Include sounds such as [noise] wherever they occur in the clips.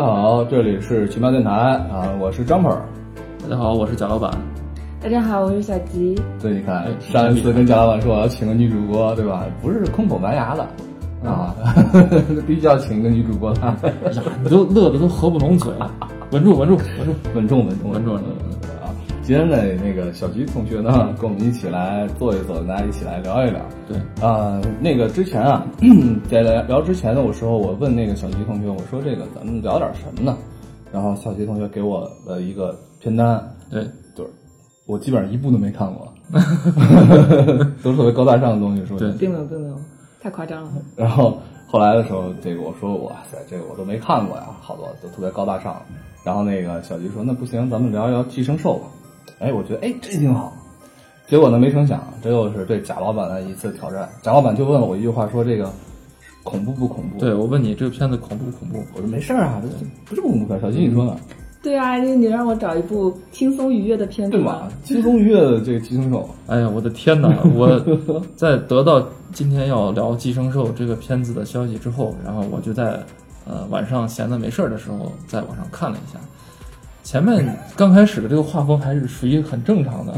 好，这里是奇妙电台啊，我是张鹏。大家好，我是贾老板。大家好，我是小吉。对，你看上一次跟贾老板说我要请个女主播，对吧？不是空口白牙的啊， [laughs] 必须要请个女主播的。哎呀，你都乐得都合不拢嘴了。稳住，稳住，稳住，稳重，稳重，稳住，稳住。啊！今天呢，那个小吉同学呢，跟我们一起来坐一坐，大家一起来聊一聊。对，啊，那个之前啊， [clears throat] 在聊聊之前的时候，我问那个小吉同学，我说这个咱们聊点什么呢？然后小吉同学给我了一个片单，对，就是我基本上一部都没看 [laughs] 过，都是特别高大上的东西，说的对并没有，并没有，太夸张了。然后后来的时候，这个我说哇塞，这个我都没看过呀，好多都特别高大上。然后那个小吉说，那不行，咱们聊一聊寄生兽吧。哎，我觉得哎这挺好。结果呢，没成想，这又是对贾老板的一次挑战。贾老板就问了我一句话，说这个恐怖不恐怖？，对我问你，这个片子恐怖不恐怖？我说没事儿啊，这不是恐怖片。小吉你说呢？嗯对啊，你你让我找一部轻松愉悦的片子对嘛？？轻松愉悦的这个寄生兽，哎呀，我的天哪！我在得到今天要聊《寄生兽》这个片子的消息之后，然后我就在呃晚上闲的没事儿的时候，在网上看了一下。前面刚开始的这个画风还是属于很 [laughs] 正常的，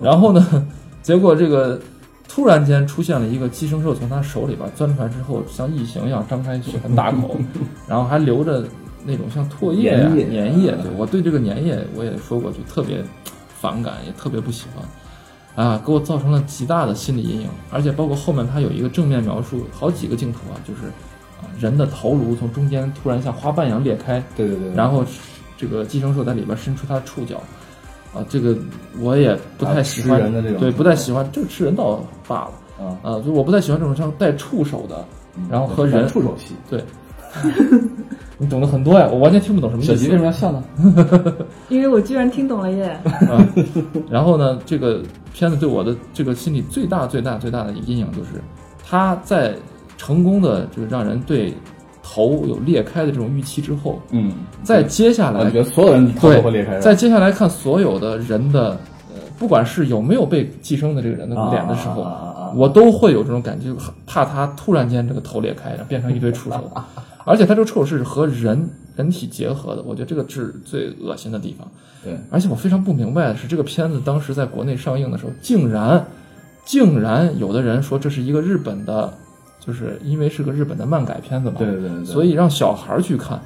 然后呢，结果这个突然间出现了一个寄生兽从他手里边钻出来之后，像异形一样张开血盆大 [laughs] 口，然后还留着那种像唾液呀、粘液啊粘液。对我对这个粘液我也说过，就特别反感，也特别不喜欢。啊，给我造成了极大的心理阴影，而且包括后面它有一个正面描述，好几个镜头啊，就是啊人的头颅从中间突然像花瓣一样裂开，对对对，然后这个寄生兽在里边伸出它的触角，啊，这个我也不太喜欢，啊吃人的这种对，不太喜欢，就吃人倒罢了，啊，啊，就我不太喜欢这种像带触手的，然后和人，触手戏。对， [laughs] 你懂得很多呀，我完全听不懂什么意小思。吉为什么要笑呢？因为我居然听懂了 [laughs] 耶！啊，然后呢，这个片子对我的这个心理最大、最大、最大的阴影就是，他在成功的就是让人对头有裂开的这种预期之后，嗯，在接下我来觉得所有人头都会裂开，对，在接下来看所有的人的，呃，不管是有没有被寄生的这个人的脸的时候，啊啊啊啊啊我都会有这种感觉，很怕他突然间这个头裂开，然后变成一堆 [laughs] 触手。而且他这个触手是和人人体结合的，我觉得这个是最恶心的地方。对，而且我非常不明白的是，这个片子当时在国内上映的时候，竟然，竟然有的人说这是一个日本的，就是因为是个日本的漫改片子嘛，对对对对所以让小孩儿去看，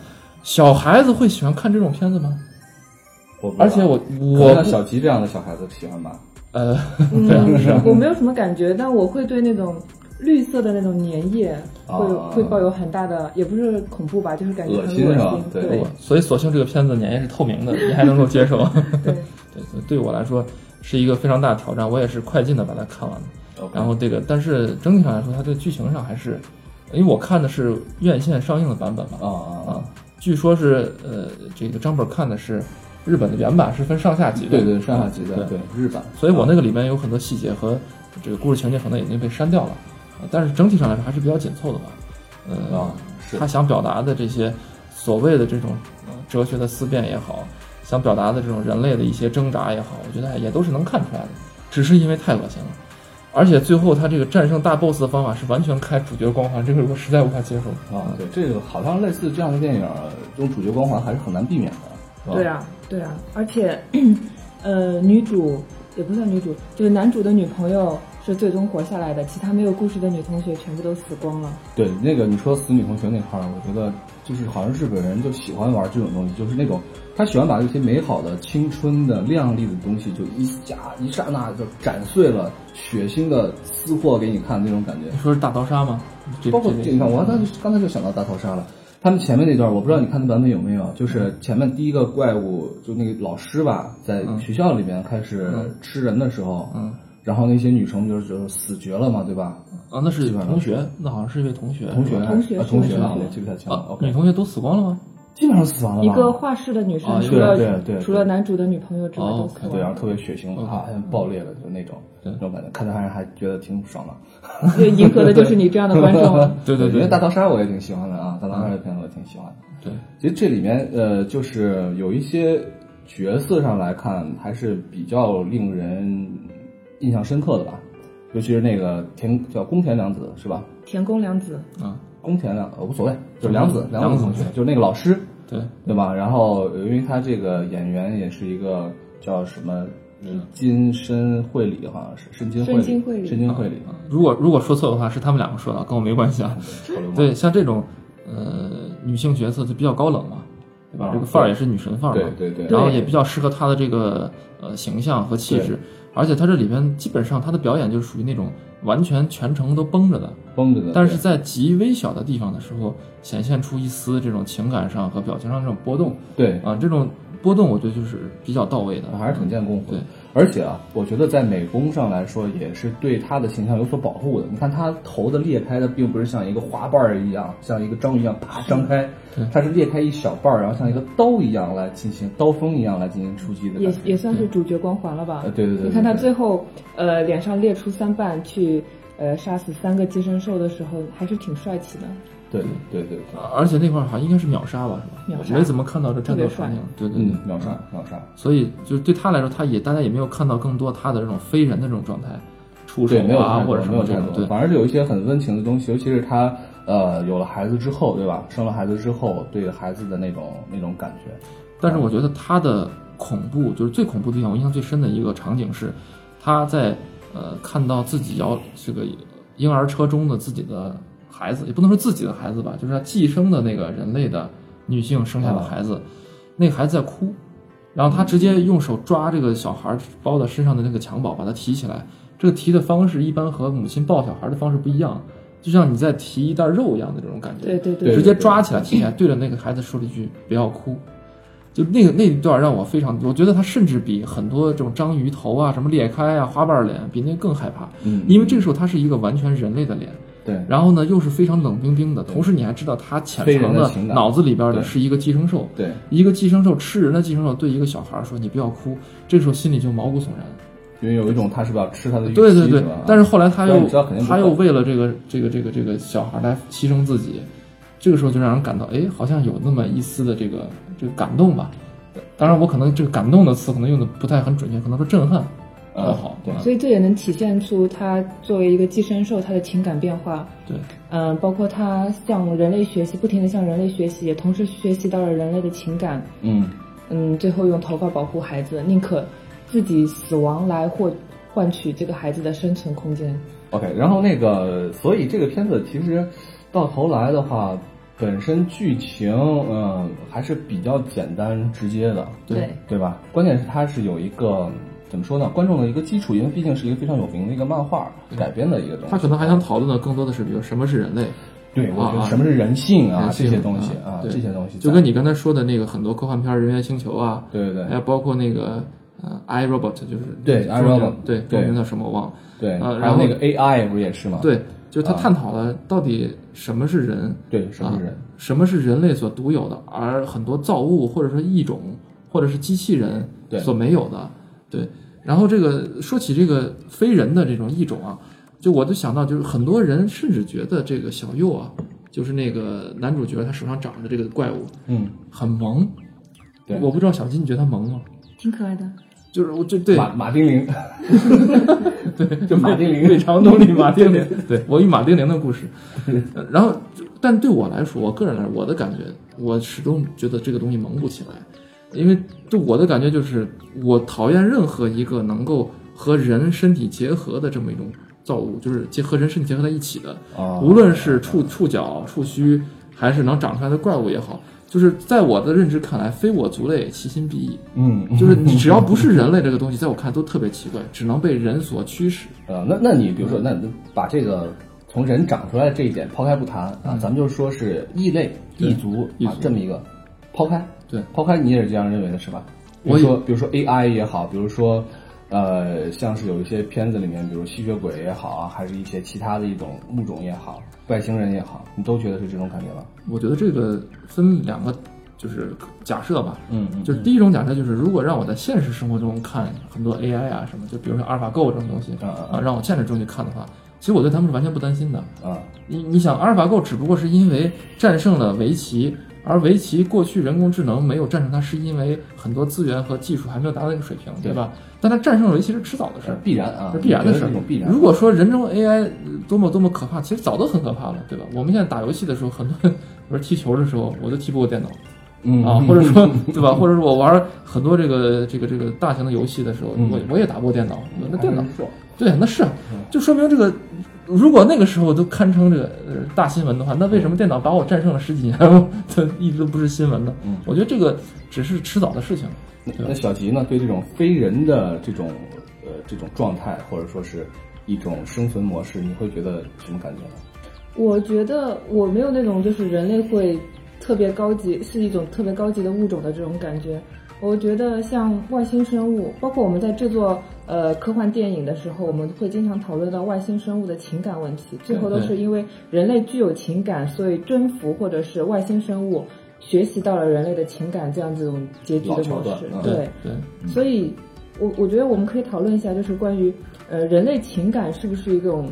小孩子会喜欢看这种片子吗？我不知道而且我可能我像小吉这样的小孩子喜欢吧？呃，嗯对啊是啊，我没有什么感觉，但我会对那种绿色的那种粘液啊会有、会抱有很大的，也不是恐怖吧，就是感觉恶很恶啊心是吧对对我所以索性这个片子粘液是透明的，你还能够接受。 [laughs] 对，对，所以对我来说是一个非常大的挑战，我也是快进的把它看完了。哦然后这个，但是整体上来说，它对剧情上还是，因为我看的是院线上映的版本嘛，啊啊啊，啊，据说是呃，这个张本看的是日本的原版，是分上下集的，对对，上下级的对对日版，所以我那个里面有很多细节和这个故事情节可能已经被删掉了，啊但是整体上来说还是比较紧凑的吧，呃，啊是他想表达的这些所谓的这种呃哲学的思辨也好，想表达的这种人类的一些挣扎也好，我觉得哎也都是能看出来的，只是因为太恶心了。而且最后他这个战胜大 boss 的方法是完全开主角光环，这个我实在无法接受啊，对这个好像类似这样的电影，这种主角光环还是很难避免的。对，啊，对啊，而且， [clears throat] 呃，女主也不算女主，就是男主的女朋友是最终活下来的，其他没有故事的女同学全部都死光了。对那个你说死女同学那块儿，我觉得就是好像日本人就喜欢玩这种东西，就是那种他喜欢把这些美好的、青春的、亮丽的东西，就一下一刹那就斩碎了，血腥的撕破给你看那种感觉你。说是大逃杀吗？这包括啊这这你看，我刚才刚才就想到大逃杀了。他们前面那段，我不知道你看的版本有没有，就是前面第一个怪物，就那个老师吧，在学校里面开始吃人的时候，嗯，然后那些女生就是就是死绝了嘛，对吧？啊，那是基本上同学，那好像是一位同学，同学是吧还同是学啊同学同学啊，我记不太清了啊。，女 OK，同学都死光了吗？基本上死亡了吧一个画室的女生，啊除了哦对对对对除了男主的女朋友之外哦都，OK，死光对，然了，后特别血腥啊，很爆裂的，就那种对那种感觉，看着还还觉得挺爽的。对，迎合的就是你这样的观众 [laughs] 啊。对对因为对大逃杀我也挺喜欢的啊，大逃杀这片子我也挺喜欢的。对，其实这里面呃，就是有一些角色上来看，还是比较令人印象深刻的吧。尤其是那个田叫宫田良子是吧？田宫良子，啊，宫田良呃无所谓，就是良子良良子同学，就是那个老师，对，对吧？然后因为他这个演员也是一个叫什么嗯金申会礼，好像是申金会申金会礼，礼申金会礼，如果如果说错的话，是他们两个说的，跟我没关 [laughs] 系啊。臭流氓对，像这种呃女性角色就比较高冷嘛，对吧？啊这个范儿也是女神范儿对嘛，对对，然后也比较适合她的这个呃形象和气质，而且她这里边基本上她的表演就是属于那种完全全程都绷着的，绷着的，但是在极微小的地方的时候，显现出一丝这种情感上和表情上这种波动对，啊，这种波动我觉得就是比较到位的，还是挺见功夫的对。而且啊，我觉得在美工上来说，也是对他的形象有所保护的。你看他头的裂开的，并不是像一个花瓣儿一样，像一个章鱼一样啪张开，它是裂开一小半儿，然后像一个刀一样来进行刀锋一样来进行出击的也感觉。也算是主角光环了吧？呃对对对对你看他对最后，呃，脸上裂出三瓣去，呃，杀死三个寄生兽的时候，还是挺帅气的。对对对对，啊而且那块儿好像应该是秒杀吧，是吧？秒杀我没怎么看到这战斗特别帅场景，对对对。嗯，秒杀秒杀，所以就是对他来说，他也大家也没有看到更多他的这种非人的这种状态，出手对，没有啊太或多者，什没么有这太种，多，对反而是有一些很温情的东西，尤其是他呃有了孩子之后，对吧？生了孩子之后，对孩子的那种那种感觉，但是我觉得他的恐怖，就是最恐怖的地方，我印象最深的一个场景是，他在呃看到自己摇这个婴儿车中的自己的孩子，也不能说自己的孩子吧，就是他寄生的那个人类的女性生下的孩子，那个孩子在哭，然后他直接用手抓这个小孩包在身上的那个襁褓，把他提起来。这个提的方式一般和母亲抱小孩的方式不一样，就像你在提一袋肉一样的这种感觉。对对对直接抓起来提起来，对着那个孩子说了一句“不要哭”，就那个那一段让我非常，我觉得他甚至比很多这种章鱼头啊、什么裂开啊、花瓣脸比那个更害怕，嗯，因为这个时候他是一个完全人类的脸，对然后呢又是非常冷冰冰的，同时你还知道他潜非人藏的的情感脑子里边的对是一个寄生兽，对一个寄生兽吃人的寄生兽对一个小孩说“你不要哭”，这时候心里就毛骨悚然。因为有一种他是不是要吃他的预对对期对是吧，但是后来他但是又啊你知道肯定不他又会为了这个这个这个这个小孩来牺牲自己，这个时候就让人感到，哎，好像有那么一丝的这个这个感动吧。当然，我可能这个感动的词可能用的不太很准确，可能说震撼比较嗯好。啊对所以这也能体现出他作为一个寄生兽，他的情感变化。对嗯、包括他向人类学习，不停的向人类学习，也同时学习到了人类的情感。嗯，嗯，最后用头发保护孩子，宁可自己死亡来获换取这个孩子的生存空间。 OK，然后那个，所以这个片子其实到头来的话，本身剧情嗯、呃还是比较简单直接的，对对吧？关键是它是有一个怎么说呢，观众的一个基础，因为毕竟是一个非常有名的一个漫画改编的一个东西。他可能还想讨论的更多的是，比如什么是人类，对，我觉啊得啊什么是人性啊，人这性些东西啊，啊对这些东西在，就跟你刚才说的那个很多科幻片《人猿星球》啊，对对还对有包括那个呃《I Robot》，就是对中文叫 I, Robot 对对中文叫什么我忘了。对，还啊然有后那个 AI 不是也是吗？对，就是他啊探讨了到底什么是人，对，什么是人？啊什么是人类所独有的，而很多造物或者说异种或者是机器人对所没有的。对，然后这个说起这个非人的这种异种啊，就我就想到，就是很多人甚至觉得这个小右啊，就是那个男主角他手上长着这个怪物嗯，很萌。对我不知道小金你觉得他萌吗？挺可爱的，就是我就对马 [laughs] 马丁 [laughs] 林，对，就马丁林，非常动力马丁林，对我与马丁林的故事。呃然后，但对我来说，我个人来说，我的感觉，我始终觉得这个东西萌不起来，因为就我的感觉就是，我讨厌任何一个能够和人身体结合的这么一种造物，就是结合人身体结合在一起的，啊无论是触触角、触须，还是能长出来的怪物也好，就是在我的认知看来，非我族类，其心必异。嗯，就是你只要不是人类这个东西，在我看都特别奇怪，只能被人所驱使。呃，那那你比如说，那那把这个从人长出来的这一点抛开不谈啊，咱们就说是异类、嗯对异族异啊族这么一个抛开，对，抛开你也是这样认为的是吧？比我如也说，比如说 AI 也好，比如说呃，像是有一些片子里面，比如吸血鬼也好啊，还是一些其他的一种物种也好，外星人也好，你都觉得是这种感觉吗？我觉得这个分两个就是假设吧，嗯嗯，就是第一种假设就是，如果让我在现实生活中看很多 AI 啊什么，就比如说阿尔法狗这种东西嗯嗯啊，让我现实中去看的话，其实我对他们是完全不担心的。啊，你你想，阿尔法狗只不过是因为战胜了围棋，而围棋过去人工智能没有战胜它，是因为很多资源和技术还没有达到那个水平，对吧？但它战胜了围棋是迟早的事是儿。必然啊，是必然你的觉事得儿是一种必然。如果说人中 AI 多么多么可怕， [laughs] 其实早都很可怕了，对吧？我们现在打游戏的时候，很多人玩踢球的时候，我都踢不过电脑，嗯啊，或者说对吧？或者是我玩很多这个这个这个大型的游戏的时候，嗯我我也打过电脑，我那电脑是对，那是啊就说明这个，如果那个时候都堪称这个呃大新闻的话，那为什么电脑把我战胜了十几年，它一直都不是新闻呢嗯？我觉得这个只是迟早的事情。那小吉呢，对这种非人的这种呃这种状态，或者说是一种生存模式，你会觉得什么感觉呢？我觉得我没有那种就是人类会特别高级，是一种特别高级的物种的这种感觉。我觉得像外星生物，包括我们在制作呃科幻电影的时候，我们会经常讨论到外星生物的情感问题，最后都是因为人类具有情感，所以征服或者是外星生物学习到了人类的情感这样这种结局老的桥模段式嗯。对，对，所以我我觉得我们可以讨论一下，就是关于呃人类情感是不是一种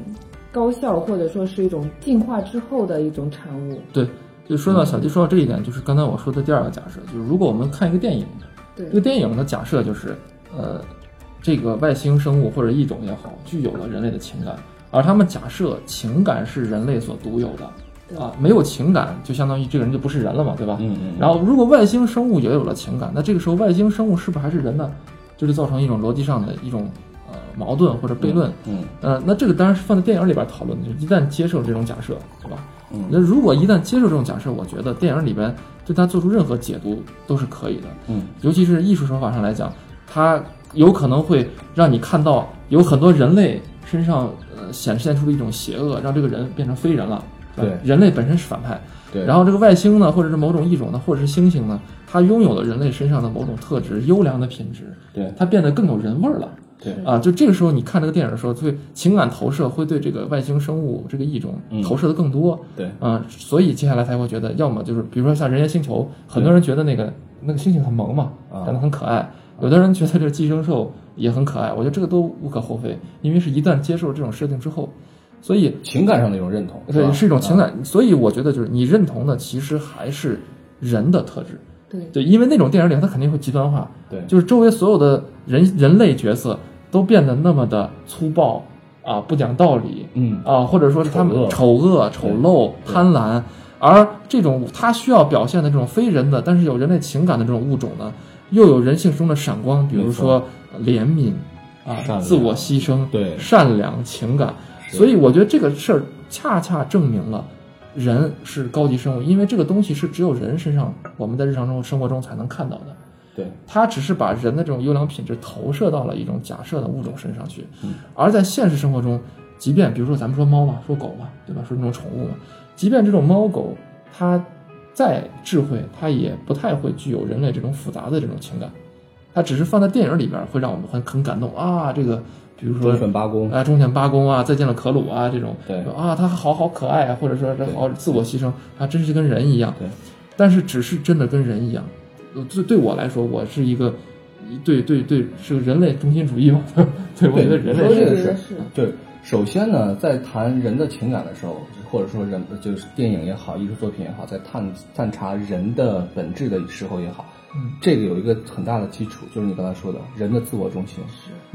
高效，或者说是一种进化之后的一种产物。对，就说嗯到小弟说到这一点，就是刚才我说的第二个假设，就是如果我们看一个电影，对这个电影的假设就是，呃，这个外星生物或者异种也好，具有了人类的情感，而他们假设情感是人类所独有对的，啊，没有情感就相当于这个人就不是人了嘛，对吧？嗯嗯然后，如果外星生物也有了情感，那这个时候外星生物是不是还是人呢？这就造成一种逻辑上的一种呃矛盾或者悖论。嗯呃，那这个当然是放在电影里边讨论的，就一旦接受这种假设，对吧？嗯那如果一旦接受这种假设，我觉得电影里边对它做出任何解读都是可以的，嗯尤其是艺术手法上来讲，它有可能会让你看到有很多人类身上呃显现出了一种邪恶，让这个人变成非人了。吧对人类本身是反派，对，然后这个外星呢，或者是某种异种呢，或者是星星呢，它拥有了人类身上的某种特质，优良的品质，对它变得更有人味儿了。对啊，就这个时候你看这个电影的时候，对情感投射会对这个外星生物这个异种嗯投射的更多。对啊，所以接下来才会觉得，要么就是比如说像《人猿星球》，很多人觉得那个那个猩猩很萌嘛，啊长得很可爱；有的人觉得这寄生兽也很可爱。我觉得这个都无可厚非，因为是一旦接受这种设定之后，所以情感上的一种认同，对，吧啊是一种情感。所以我觉得就是你认同的其实还是人的特质。对，对，因为那种电影里它肯定会极端化，对，就是周围所有的人人类角色都变得那么的粗暴啊，不讲道理嗯啊，或者说是他们丑丑恶、丑陋、对贪婪，而这种他需要表现的这种非人的，但是有人类情感的这种物种呢，又有人性中的闪光，比如说怜悯善啊、良自我牺牲、对善良、情感，是所以我觉得这个事儿恰恰证明了。人是高级生物，因为这个东西是只有人身上，我们在日常中生活中才能看到的。对他只是把人的这种优良品质投射到了一种假设的物种身上去，而在现实生活中，即便比如说咱们说猫嘛，说狗嘛，对吧？说这种宠物嘛，即便这种猫狗，它再智慧，它也不太会具有人类这种复杂的这种情感，它只是放在电影里边儿会让我们很很感动啊，这个比如说忠犬八公，啊，忠犬八公啊，再见了可鲁啊，这种对说啊，他好好可爱啊，或者说这好自我牺牲，还真是跟人一样。对，但是只是真的跟人一样。呃对对我来说，我是一个，对对对，是人类中心主义嘛？ [laughs] 对，我觉得人你说类这是个我觉得是是对。首先呢，在谈人的情感的时候，或者说人就是电影也好，艺术作品也好，在探探查人的本质的时候也好，嗯这个有一个很大的基础，就是你刚才说的人的自我中心。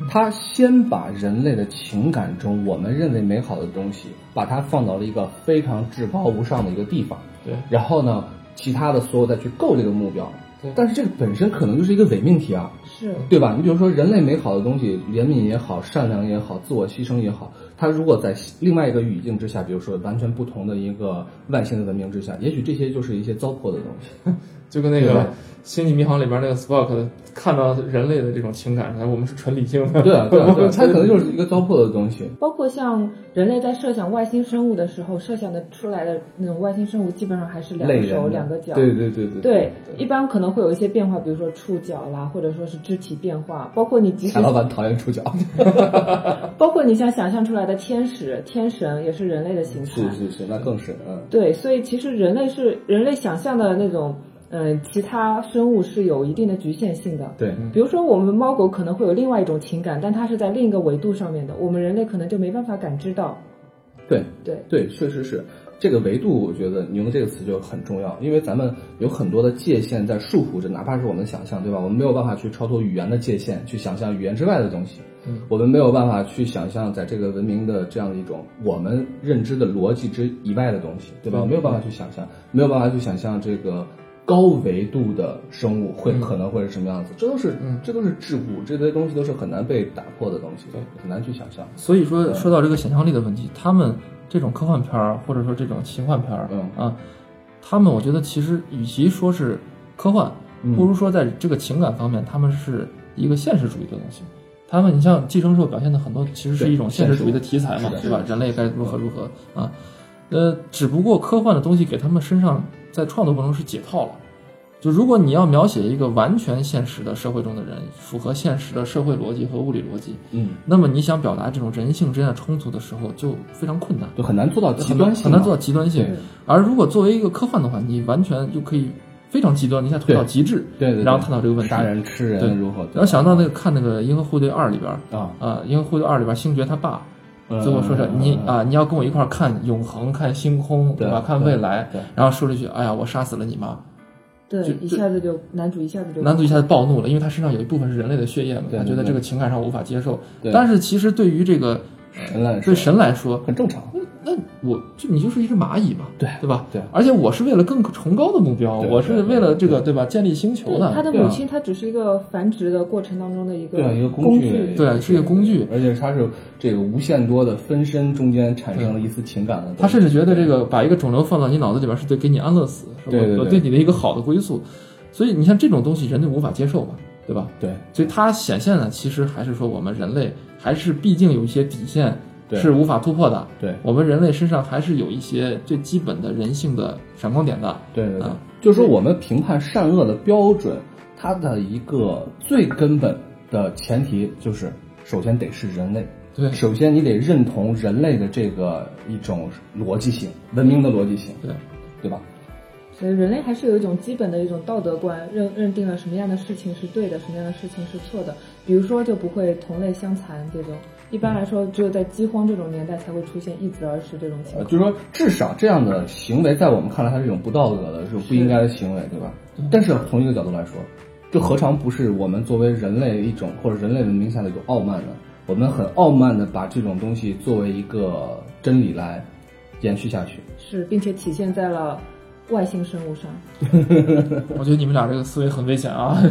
他先把人类的情感中我们认为美好的东西，把它放到了一个非常至高无上的一个地方，对然后呢，其他的所有再去够这个目标对。但是这个本身可能就是一个伪命题啊，是对吧？你比如说，人类美好的东西，怜悯也好，善良也好，自我牺牲也好，它如果在另外一个语境之下，比如说完全不同的一个外星的文明之下，也许这些就是一些糟粕的东西。就跟那对个《吧星际迷航》里边那个 Spock 看到人类的这种情感，哎我们是纯理性的，对啊，对啊， [laughs] 对啊，它可能就是一个糟粕的东西。包括像人类在设想外星生物的时候，设想的出来的那种外星生物，基本上还是两类个人手的两个脚。对对对对对，一般可能会有一些变化，比如说触角啦，或者说是肢体变化，包括你即使海老板讨厌触 [laughs] 角，包括你像想象出来的天使、天神也是人类的形态。是是是，那更是嗯，对，所以其实人类是人类想象的那种，嗯，其他生物是有一定的局限性的。对，比如说，我们猫狗可能会有另外一种情感，但它是在另一个维度上面的，我们人类可能就没办法感知到。对对，对，确实是这个维度，我觉得你用这个词就很重要，因为咱们有很多的界限在束缚着，哪怕是我们的想象，对吧？我们没有办法去超脱语言的界限，去想象语言之外的东西。嗯我们没有办法去想象在这个文明的这样的一种我们认知的逻辑之以外的东西，对吧？嗯我没有办法去想象，没有办法去想象这个高维度的生物会可能会是什么样子，这都是嗯这都是桎梏，这些东西都是很难被打破的东西对，很难去想象。 [laughs] 所以说，说到这个想象力的问题，他们这种科幻片儿，或者说这种奇幻片儿、嗯啊，他们我觉得其实与其说是科幻，嗯不如说在这个情感方面，他们是一个现实主义的东西。他们，你像《寄生兽》表现的很多，其实是对一种现实主义的题材嘛是的，嗯对吧？人类该如何如何啊？呃，只不过科幻的东西给他们身上在创作过程中是解套了。就如果你要描写一个完全现实的社会中的人，符合现实的社会逻辑和物理逻辑，嗯，那么你想表达这种人性之间的冲突的时候，就非常困难，就很难做到极很端难性嘛，很难做到极端性对。而如果作为一个科幻的话，你完全就可以非常极端，你一下推到对极致，对对对然后探讨这个问题。杀人吃对人如何？然后想到那个看那个《银河护卫队二》里边儿，啊，啊，《银河护卫队二》里边儿星爵他爸嗯最后呃说是嗯你嗯啊，你要跟我一块儿看永恒、看星空，对吧？看未来对对，然后说了一句：“哎呀，我杀死了你妈。”对就，一就下子就男主一下子就男主一下子暴怒了，因为他身上有一部分是人类的血液嘛，对他对觉得对这个情感上无法接受对。但是其实对于这个神来对说神来说，很正常，那我就你就是一只蚂蚁嘛，对对吧？对而且我是为了更崇高的目标，对我是为了这个对吧建立星球对的。他的对啊吧母亲，她只是一个繁殖的过程当中的一个对啊，一个工具，对是一个工具而且它是这个无限多的分身中间产生了一丝情感的东西，他甚至觉得这个把一个肿瘤放到你脑子里边是对给你安乐死，是对对我我对对你的一个好的归宿。所以你像这种东西，人就无法接受嘛，对吧？对所以它显现的其实还是说我们人类还是毕竟有一些底线对是无法突破的。对我们人类身上还是有一些最基本的人性的闪光点的。对对对啊，就是说我们评判善恶的标准，它的一个最根本的前提就是，首先得是人类。对首先你得认同人类的这个一种逻辑性，文明的逻辑性，对，对吧？所以呃人类还是有一种基本的一种道德观，认认定了什么样的事情是对的，什么样的事情是错的。比如说，就不会同类相残这种。一般来说，只有在饥荒这种年代才会出现一子而食这种情呃，况。就是说，至少这样的行为在我们看来它是一种不道德的，是不应该的行为，对吧？但是从一个角度来说，这何尝不是我们作为人类一种或者人类文明下的一种傲慢呢？我们很傲慢的把这种东西作为一个真理来延续下去。是，并且体现在了外星生物上。我觉得你们俩这个思维很危险 [laughs] 啊，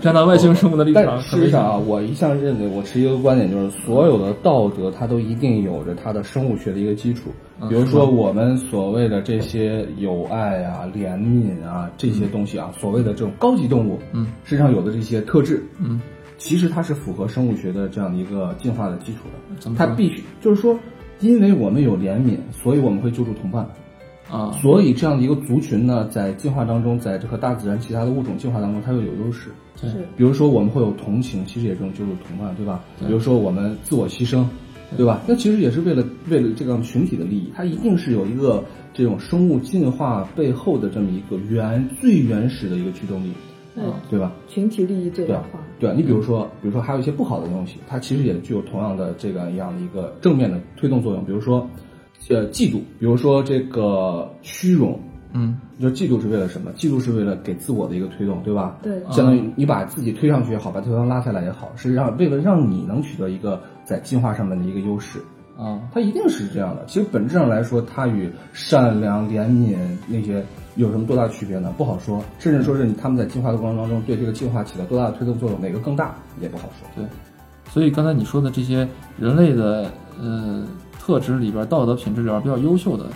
站在外星生物的立但场事很危实险上啊，。我一向认为，我持一个观点，就是所有的道德它都一定有着它的生物学的一个基础。啊比如说，我们所谓的这些友爱啊、怜悯啊这些东西啊，所谓的这种高级动物，嗯，身上有的这些特质，嗯，其实它是符合生物学的这样的一个进化的基础怎的。么它说必须就是说，因为我们有怜悯，所以我们会救助同伴。啊，所以这样的一个族群呢，在进化当中，在这和大自然其他的物种进化当中，它又有优势。对是，比如说我们会有同情，其实也是一种救助同伴，对吧？比如说我们自我牺牲，对吧？那其实也是为了为了这个群体的利益，它一定是有一个这种生物进化背后的这么一个原最原始的一个驱动力，对，啊嗯对吧？群体利益最对大啊化。，对啊，你比如说，比如说还有一些不好的东西，它其实也具有同样的这个一样的一个正面的推动作用，比如说，呃，嫉妒，比如说这个虚荣，嗯，就嫉妒是为了什么？嫉妒是为了给自我的一个推动，对吧？对相当于你把自己推上去也好，把对方拉下来也好，是让为了让你能取得一个在进化上面的一个优势，啊，它一定是这样的。其实本质上来说，它与善良、怜悯那些有什么多大区别呢？不好说，甚至说是他们在进化的过程当中对这个进化起到多大的推动作用，哪个更大也不好说。对。所以刚才你说的这些人类的呃特质里边，道德品质里边比较优秀的，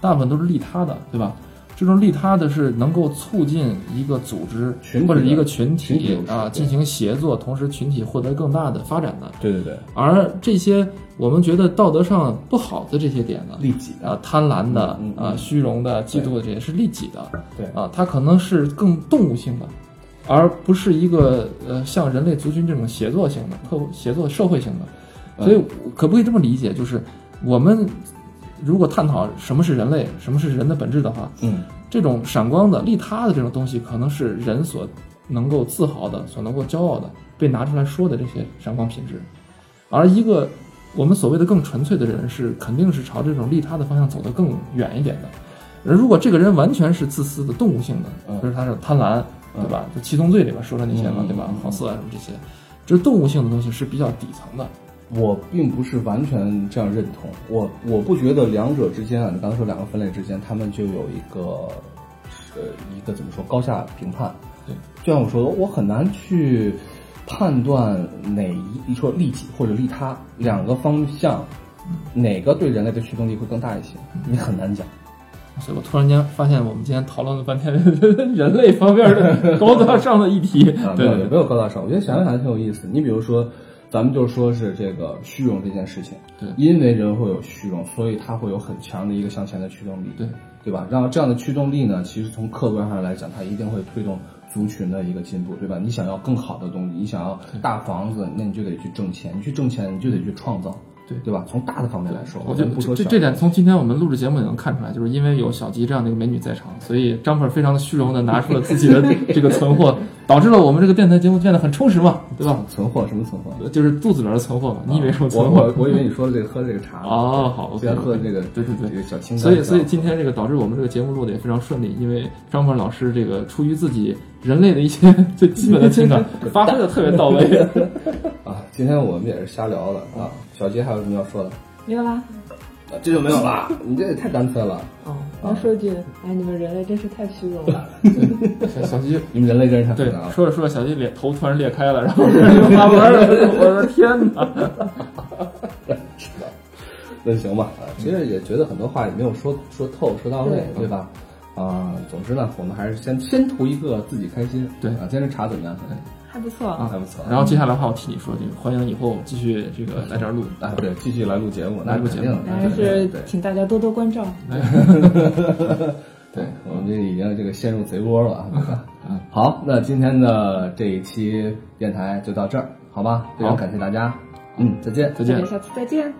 大部分都是利他的，对吧？这种利他的是能够促进一个组织群体的或者一个群群体体优势啊对进行协作，同时群体获得更大的发展的。对对对，而这些我们觉得道德上不好的这些点呢，利己的，啊，贪婪的嗯嗯啊，虚荣的、嫉妒的，这些是利己的，对啊，它可能是更动物性的，而不是一个呃像人类族群这种协作性的、特协作社会性的，所以可不可以这么理解，就是我们如果探讨什么是人类，什么是人的本质的话，嗯，这种闪光的、利他的这种东西，可能是人所能够自豪的、所能够骄傲的，被拿出来说的这些闪光品质。而一个我们所谓的更纯粹的人，是肯定是朝这种利他的方向走得更远一点的。而如果这个人完全是自私的、动物性的嗯，就是他是贪婪，对吧？就《七宗罪》里边说的那些嘛嗯，对吧嗯嗯？好色啊什么这些，就是动物性的东西是比较底层的。我并不是完全这样认同，我我不觉得两者之间啊，你刚才说两个分类之间，他们就有一个呃一个怎么说高下评判。对，就像我说的，我很难去判断哪一说利己或者利他两个方向，哪个对人类的驱动力会更大一些，你很难讲。所以我突然间发现，我们今天讨论了半天 [laughs] 人类方面的高大上的议题。啊，没对有对没有高大上，我觉得想想还挺有意思。你比如说，咱们就说是这个虚荣这件事情，对因为人会有虚荣，所以他会有很强的一个向前的驱动力，对，对吧？然后这样的驱动力呢，其实从客观上来讲，它一定会推动族群的一个进步，对吧？你想要更好的东西，你想要大房子，那你就得去挣钱，你去挣钱，你就得去创造，对对吧？从大的方面来说，我觉们得不说这小这点从今天我们录制节目也能看出来，就是因为有小吉这样的一个美女在场，所以张粉非常的虚荣的拿出了自己的这个存货，导致了我们这个电台节目变得很充实嘛，对吧？存货什么存货？就是肚子里的存货嘛，你以为什么我存货？我我以为你说的这个喝这个茶哦，好，OK，今天喝这个对对对这个小清淡所以，的所以今天这个导致我们这个节目录的也非常顺利，因为张鹏老师这个出于自己人类的一些 [laughs] 最基本的情感，发挥的特别到位。啊，今天我们也是瞎聊的啊。小杰还有什么要说的？没有啦。啊这就没有啦，你这也太干脆了。哦，我要说一句，哎，你们人类真是太虚荣了。小小鸡你们人类真是太对复杂了。说着说着，小鸡脸头突然裂开了，然后发纹了，我的天哪！那行吧，啊其实也觉得很多话也没有说说透、说到位，对对吧？啊，总之呢，我们还是先先图一个自己开心。对啊，今天这茶怎么样？啊还不错，还不错。然后接下来的话，我替你说句，欢迎以后继续这个来这儿录。啊，对，继续来录节目，那来录肯节定目的哎当然对是对请大家多多关照。对， [laughs] 我们这已经这个陷入贼窝了啊。对吧嗯好，那今天的这一期电台就到这儿，好吧？非常好感谢大家，嗯，再见，再大见家。下次再见。